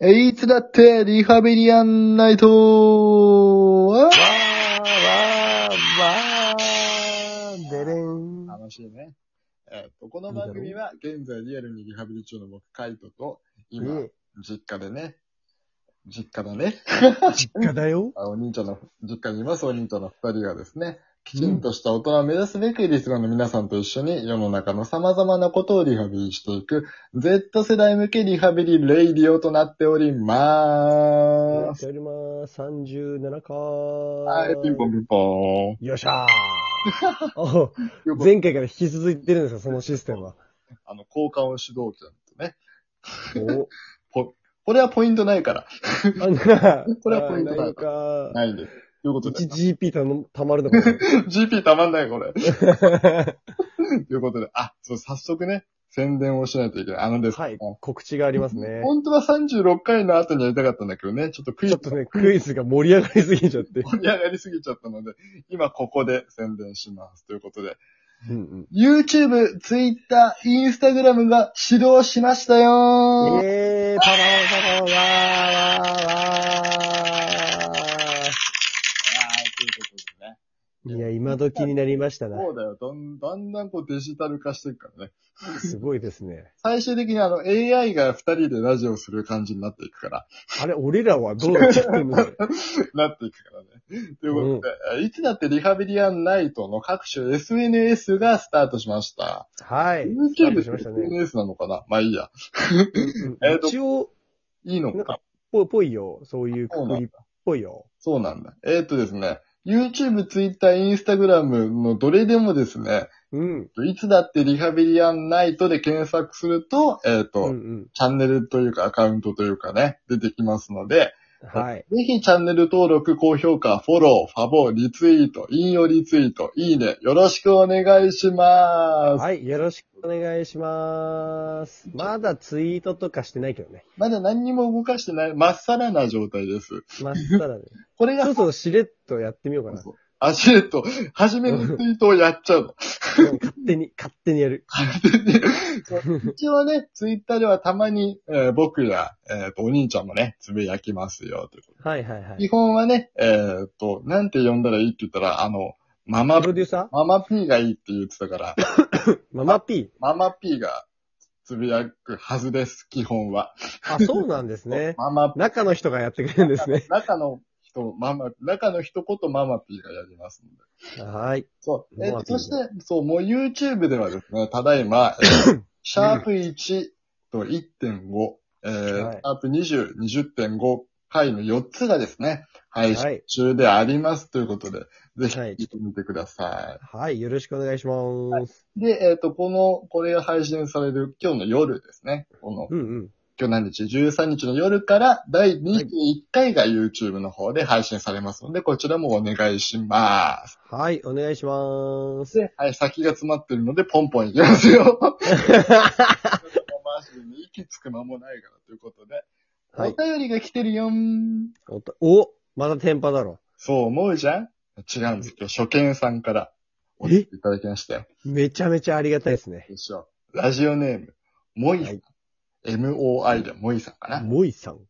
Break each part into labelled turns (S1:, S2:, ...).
S1: いつだってリハビリやんないとわ
S2: わー、わー、わー、でれん。
S1: 楽しいね。えっと、この番組は現在リアルにリハビリ中の僕、カイトと、今、
S2: え
S1: 実家でね、実家だね。
S2: 実家だよ。
S1: あお兄ちゃんの、実家にいますお兄ちゃんの二人がですね、きちんとした大人を目指すべきリスナーの皆さんと一緒に世の中の様々なことをリハビリしていく Z 世代向けリハビリレイディオとなっておりま
S2: や
S1: ー
S2: っ
S1: す。
S2: ております。37か
S1: はい、ピンポンピンポーン。
S2: よっしゃー。お前回から引き続いてるんですか、そのシステムは。
S1: あの、交換を主導権ってね。
S2: お
S1: これはポイントないから。
S2: あんな、
S1: これはポイントだ
S2: なんか、
S1: ないんです。ということで、
S2: 1GP たのたまるのかな
S1: GP たまんない、これ。ということで、あ、そう、早速ね、宣伝をしないといけない。あのですね、
S2: はい、告知がありますね。
S1: 本当は36回の後にやりたかったんだけどね、ちょっとクイ
S2: ち
S1: ズ
S2: ょっとね、クイズが盛り上がりすぎちゃって。
S1: 盛り上がりすぎちゃったので、今ここで宣伝します。ということで、
S2: うん、
S1: YouTube、Twitter、Instagram が始動しましたよー
S2: えー、パラオパラオわーわーわー。
S1: ということでね。
S2: いや、今時になりましたな。
S1: そうだよ、どん、だんだんこうデジタル化していくからね。
S2: すごいですね。
S1: 最終的にあの AI が二人でラジオする感じになっていくから。
S2: あれ、俺らはどうなっちゃってんの
S1: なっていくからね。ということで、えいつだってリハビリアンナイトの各種 SNS がスタートしました。
S2: はい。スター
S1: YouTube
S2: ト
S1: っ
S2: しましてたね。
S1: SNS なのかなまあいいや。えーと
S2: 一応、
S1: いいの
S2: なん
S1: か
S2: か。ぽいぽいよ。そういうくくりっぽいよ。
S1: そうなんだ。えっ、とですね、YouTube、Twitter、Instagram のどれでもですね、
S2: うん。
S1: いつだってリハビリアンナイトで検索すると、えっ、と、
S2: うんうん。
S1: チャンネルというかアカウントというかね、出てきますので、
S2: はい。
S1: ぜひチャンネル登録、高評価、フォロー、ファボ、リツイート、引用リツイート、いいね、よろしくお願いします。
S2: はい。よろしくお願いします。まだツイートとかしてないけどね。
S1: まだ何にも動かしてない、まっさらな状態です。
S2: まっさらで。
S1: これが、
S2: そろそろしれっとやってみようかな。
S1: アシレット、初めのツイートをやっちゃう の。
S2: うん勝手に、勝手にやる。
S1: 一応ね、ツイッターではたまに、えー僕や、えーと、お兄ちゃんもね、つぶやきますよ、ということ
S2: はいはいは
S1: 基
S2: い。
S1: 本はね、えーと、なんて呼んだらいいって言ったら、あの、ママ
S2: プ、ロデューサ
S1: ママ P がいいって言ってたから、
S2: ーママ P。
S1: ママ P がつぶやくはずです、基本は。
S2: あ、 そうなんですね。
S1: ママ、
S2: 中の人がやってくれるんですね。
S1: 中の人、ママ、中の人ことママ P がやりますので。
S2: はい。
S1: そう。え
S2: ママ P
S1: そして、そう、もう YouTube ではです ね、ただいま、えーシャープ1と1.5、えー
S2: はい
S1: シャープ20、20.5回の4つがですね、配
S2: は
S1: 信中
S2: い
S1: でありますということで、ぜひ
S2: はい
S1: 聞いてみてくださ
S2: はい。よろしくお願いします。
S1: い。で、えっ、と、この、これが配信される今日の夜ですね、この
S2: うんうん。
S1: 今日何日 ?13 日の夜から第21回が YouTube の方で配信されますので、こちらもお願いします。
S2: はい、お願いします。
S1: で、はい、先が詰まってるので、ポンポンいきますよ。マジでね、息つく間もないからということで。
S2: はい
S1: お便りが来てるよん。
S2: おと、おまたテンパだろ。
S1: そう思うじゃん違うんですよ。初見さんからお便りいただきましたよ。
S2: めちゃめちゃありがたいですね。
S1: 一緒。ラジオネーム、モイさん。
S2: はい
S1: MOI でモイさんかな。
S2: モイさん。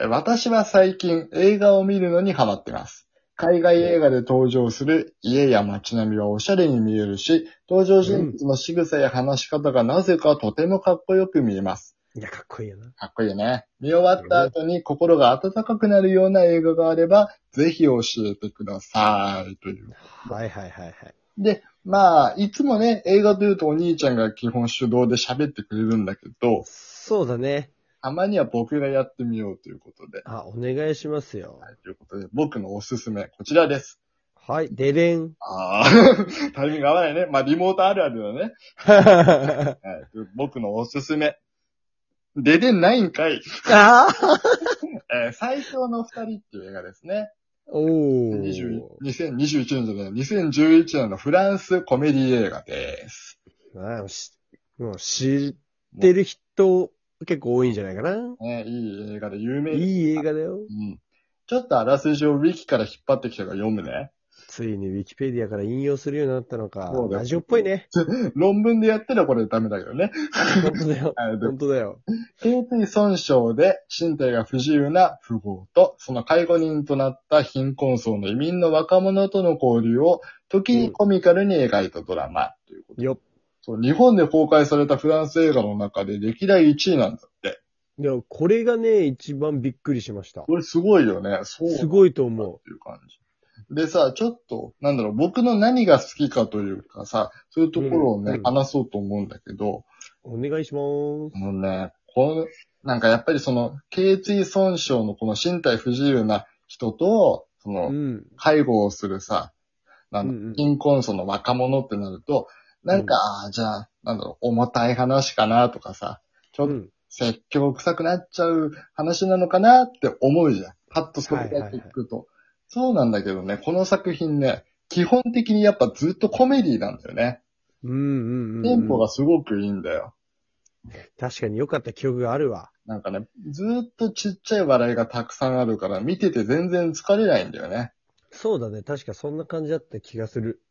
S1: え私は最近映画を見るのにハマってます。海外映画で登場する家や街並みはおしゃれに見えるし、登場人物の仕草や話し方がなぜかとてもかっこよく見えます。
S2: いや、かっこいいよな。
S1: かっこいいね。見終わった後に心が温かくなるような映画があれば、ぜひ教えてください。という。
S2: はいはいはいはい。
S1: で、まあ、いつもね、映画というとお兄ちゃんが基本主導で喋ってくれるんだけど、
S2: そうだね。
S1: たまには僕がやってみようということで。
S2: あ、お願いしますよ。
S1: はい、ということで、僕のおすすめ、こちらです。
S2: はい、でれん。
S1: ああ、 タイミング合わないね。まあ、リモートあるあるだね。
S2: あ
S1: はい、僕のおすすめ。出てないんかい。
S2: あ
S1: えー最強の二人っていう映画ですね。
S2: お
S1: 20
S2: ー。
S1: 2021年じゃない、2011年のフランスコメディ映画です。
S2: あしもう知ってる人結構多いんじゃないかな。
S1: ね、いい映画で有名
S2: いい映画だよ。
S1: うん。ちょっとあらすじをウィキから引っ張ってきたから読むね。
S2: ついにウィキペディアから引用するようになったのか
S1: そう。だよ
S2: ラジオっぽいね。
S1: 論文でやったらこれダメだけどね。
S2: 本当 だよ。
S1: あでも
S2: 本当だよ。
S1: 頸椎損傷で身体が不自由な富豪と、その介護人となった貧困層の移民の若者との交流を、時にコミカルに描いたドラマ。ということ
S2: よっ。
S1: そう日本で公開されたフランス映画の中で歴代1位なんだって。
S2: いや、これがね、一番びっくりしました。
S1: これすごいよね。そう。
S2: すごいと思
S1: っていう感じ。でさ、ちょっと、なんだろう、僕の何が好きかというかさ、そういうところをね、
S2: うんうん
S1: 話そうと思うんだけど、
S2: う。お願いします。
S1: もうね、この、なんかやっぱりその、頸椎損傷のこの身体不自由な人と、そうの、
S2: ん。
S1: 介護をするさ、なんだ
S2: うんうん
S1: 貧困層の若者ってなると、なんか、あーじゃあ、なんだろう、重たい話かなとかさ、ちょっ
S2: う
S1: と
S2: ん。
S1: 説教臭くなっちゃう話なのかなって思うじゃん。パッとそれだけ聞くと。そうなんだけどね、この作品ね、基本的にやっぱずっとコメディなんだよね。
S2: うんうんうん。
S1: テンポがすごくいいんだよ。
S2: 確かに良かった記憶があるわ。
S1: なんかね、ずーっとちっちゃい笑いがたくさんあるから、見てて全然疲れないんだよね。
S2: そうだね。確かそんな感じだった気がする。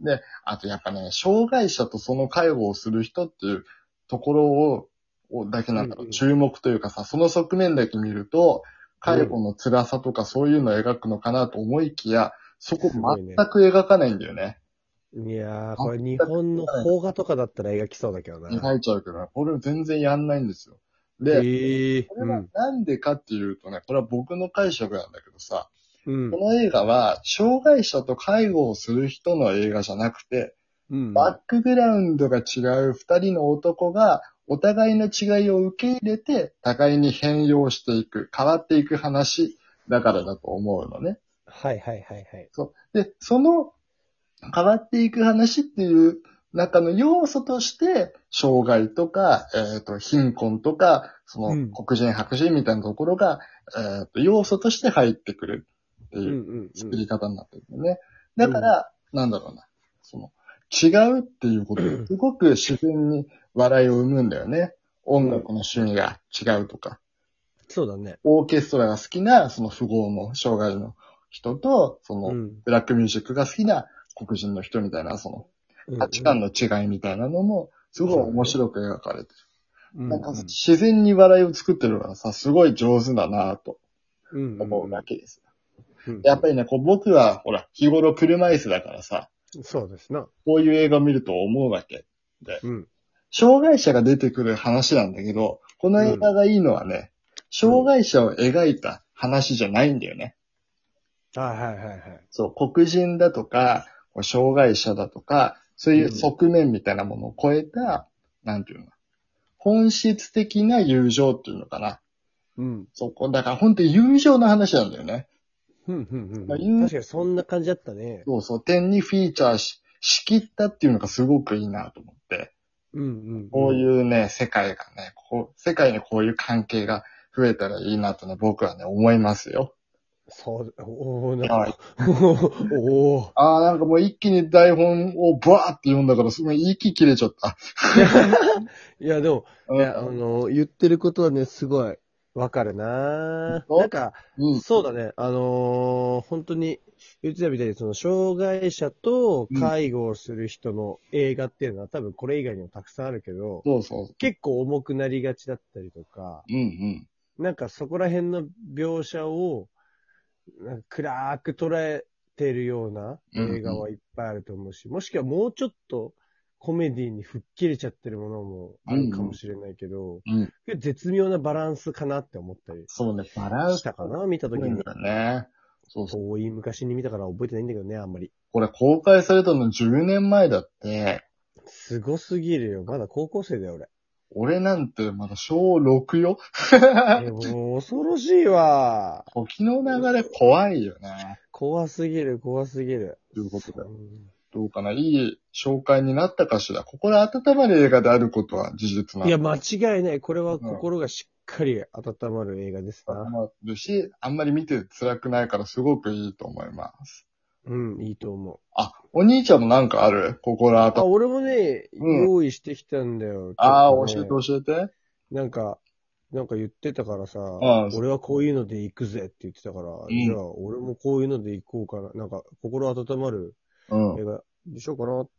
S1: で、あとやっぱね、障害者とその介護をする人っていうところを、をだけなんだろ
S2: う
S1: う、
S2: んうん
S1: 注目というかさ、その側面だけ見ると、介護の辛さとかそういうのを描くのかなと思いきや、そこ
S2: すごい
S1: 全
S2: ね
S1: く描かないんだよね。
S2: いやー、これ日本の邦画とかだったら描きそうだけどな。
S1: 描いちゃうけど、これ全然やんないんですよ。
S2: え
S1: で、
S2: ー
S1: こ
S2: う
S1: れは
S2: ん。
S1: なんでかっていうとね、これは僕の解釈なんだけどさ、
S2: うん
S1: こ。の映画は、障害者と介護をする人の映画じゃなくて、
S2: うん。
S1: バックグラウンドが違う二人の男が、お互いの違いを受け入れて、互いに変容していく、変わっていく話だからだと思うのね。
S2: はいはいはいはい。
S1: そう。で、その、変わっていく話っていう中の要素として、障害とか、えっ、と、貧困とか、その
S2: うん、
S1: 黒人白人みたいなところが、えっ、と、要素として入ってくるっていううん
S2: うん
S1: 作
S2: うん。
S1: り方になってるんだよね。だから、なんだろうな。その、違うっていうことですごく自然に笑いを生むんだよね。音楽の趣味が違うとか、
S2: そうだね。
S1: オーケストラが好きな、その富豪の障害の人と、そうの、
S2: ん。
S1: ブラックミュージックが好きな黒人の人みたいな、その、価値観の違いみたいなのも、すごい面白く描かれて
S2: う
S1: る。
S2: ん
S1: なんか自然に笑いを作ってるからさ、すごい上手だなぁと
S2: うんうん
S1: 思うわけです。
S2: うん
S1: やっぱりね、こう僕は、ほら、日頃車椅子だからさ、
S2: そうですな。
S1: こういう映画を見ると思うわけ。
S2: うん。
S1: 障害者が出てくる話なんだけど、この映画がいいのはね、障害者を描いた話じゃないんだよね。
S2: はいはいはいはい。
S1: そう、黒人だとか、こう障害者だとか、そういう側面みたいなものを超えた、なんていうの、本質的な友情っていうのかな。
S2: うん。
S1: そこ、だから本当に友情の話なんだよね。
S2: うんうん
S1: まあ
S2: うん。
S1: 言う
S2: 確かにそんな感じだったね。
S1: そうそう、点にフィーチャーし、しきったっていうのがすごくいいなと思って。
S2: うんうん。。
S1: こういううね、世界がね、こう、世界にこういう関係が増えたらいいなとね、僕はね、思いますよ。
S2: そう、おー、なん
S1: は
S2: か
S1: い。
S2: おー。
S1: ああ、なんかもう一気に台本をバーって読んだから、すごい息切れちゃった。
S2: いや、でも、
S1: う
S2: い
S1: ん
S2: や、あの、言ってることはね、すごい、わかるな
S1: そう
S2: なんか、
S1: うん。
S2: そうだね、あのー本当に、言ってたみたいに、その、障害者と介護をする人の映画っていうのは、多分これ以外にもたくさんあるけど、
S1: そうそう。
S2: 結構重くなりがちだったりとか、
S1: うんうん。
S2: なんかそこら辺の描写を、なんか暗く捉えてるような映画はいっぱいあると思うし、もしくはもうちょっとコメディに吹っ切れちゃってるものもあるかもしれないけど、
S1: うん。
S2: 絶妙なバランスかなって思ったり
S1: そうね、バラン
S2: し
S1: ス
S2: たかな見た
S1: が
S2: 時
S1: いいん
S2: に
S1: だ。よね。そうそう。
S2: 遠い昔に見たから覚えてないんだけどね、あんまり。
S1: これ公開されたの10年前だって、
S2: すごすぎるよ。まだ高校生だよ、俺。
S1: 俺なんてまだ小6よ。
S2: えもう恐ろしいわ。
S1: 時の流れ怖いよね。
S2: 怖すぎる、怖すぎる。
S1: ということで。
S2: うん
S1: どうかな、いい紹介になったかしら。心温まる映画であることは事実なん
S2: い
S1: で
S2: や、間違いない。これは心がしっかり温まる映画ですな。
S1: まるし、あんまり見て辛くないからすごくいいと思います。
S2: うん、いいと思う。
S1: あ、お兄ちゃんもなんかある心温ま
S2: あ、
S1: る。
S2: 俺もね、
S1: うん
S2: 用意してきたんだよ。
S1: ああ
S2: ち
S1: ー、
S2: ょっ
S1: 教えて
S2: とね
S1: 教えて。
S2: なんか、なんか言ってたからさ
S1: ああ、そう
S2: 俺はこういうので行くぜって言ってたから、
S1: ん
S2: じゃあ俺もこういうので行こうかな。なんか心温まる
S1: うん
S2: 映。画でしょうかなと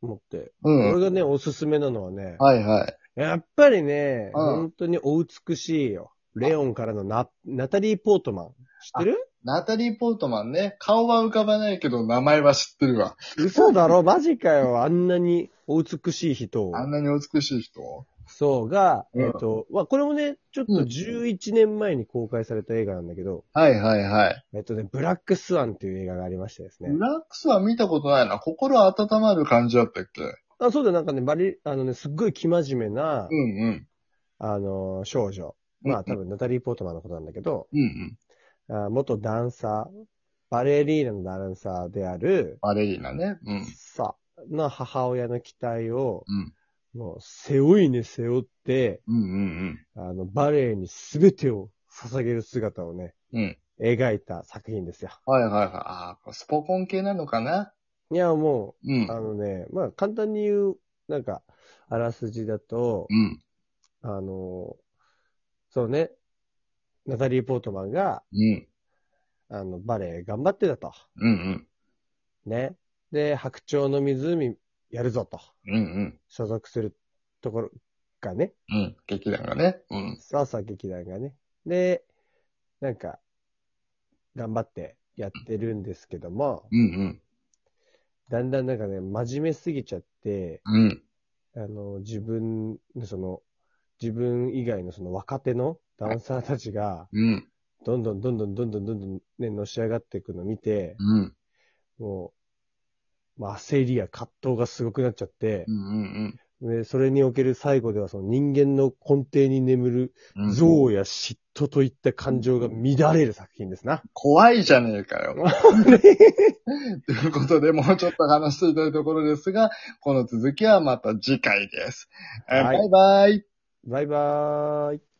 S2: 思って。
S1: うん。
S2: 俺がね、おすすめなのはね、
S1: はいはい。
S2: やっぱりね、
S1: ああ
S2: 本当にお美しいよ。レオンからのナナタリー・ポートマン。知ってる
S1: ナタリー・ポートマンね、顔は浮かばないけど、名前は知ってるわ。
S2: 嘘だろマジかよ。あんなにお美しい人を。
S1: あんなに美しい人
S2: そうが、
S1: うん
S2: えっ、と、まあ、これもね、ちょっと
S1: うん
S2: 11年前に公開された映画なんだけど、
S1: はいはいはい。
S2: えっとね、ブラックスワンっていう映画がありましてですね
S1: ブ。ラックスは見たことないな。心温まる感じだったっけ
S2: あそうだよ、なんかね、バリ、あのね、すっごい生真面目な
S1: う、んうん。
S2: あのー、少女。まあ、多分、ナタリー・ポートマンのことなんだけど、
S1: うんうん。
S2: あ元ダンサー、バレリーナのダンサーである、
S1: バレリーナね。うん。
S2: さ、の母親の期待を、
S1: うん。
S2: もう、背負いに背負って、
S1: うんうん
S2: あの、バレエに全てを捧げる姿をね、
S1: うん。うん。
S2: 描いた作品ですよ。
S1: はいはいはい。ああ、スポコン系なのかない
S2: や、も
S1: う
S2: う、
S1: ん。
S2: あのね、まあ、簡単に言う、なんか、あらすじだと
S1: う、ん。
S2: あの、そうね、ナタリー・ポートマンが、
S1: うん。
S2: あの、バレエ頑張ってたと。
S1: うん
S2: ね。で、白鳥の湖やるぞと。
S1: うん。うんうん。
S2: 所属するところがね、
S1: うん。劇団がね。うん。
S2: さあさあ劇団がね。で、なんか、頑張ってやってるんですけども、
S1: うん
S2: だんだんなんかね、真面目すぎちゃって、
S1: うん。うん。
S2: あの、自分、その、自分以外のその若手のダンサーたちが、
S1: うん。
S2: どんどんどんどんどんどんどんどんね、のし上がっていくのを見て、
S1: うん。
S2: もう、まあ、焦りや葛藤がすごくなっちゃって
S1: う、んうん
S2: で、それにおける最後ではその人間の根底に眠る
S1: うん。
S2: 憎悪や嫉妬といった感情が乱れる作品ですな。
S1: 怖いじゃねえかよ。ということで、もうちょっと話していたいところですが、この続きはまた次回です。えー
S2: はい
S1: バイバイ。
S2: バイバーイ。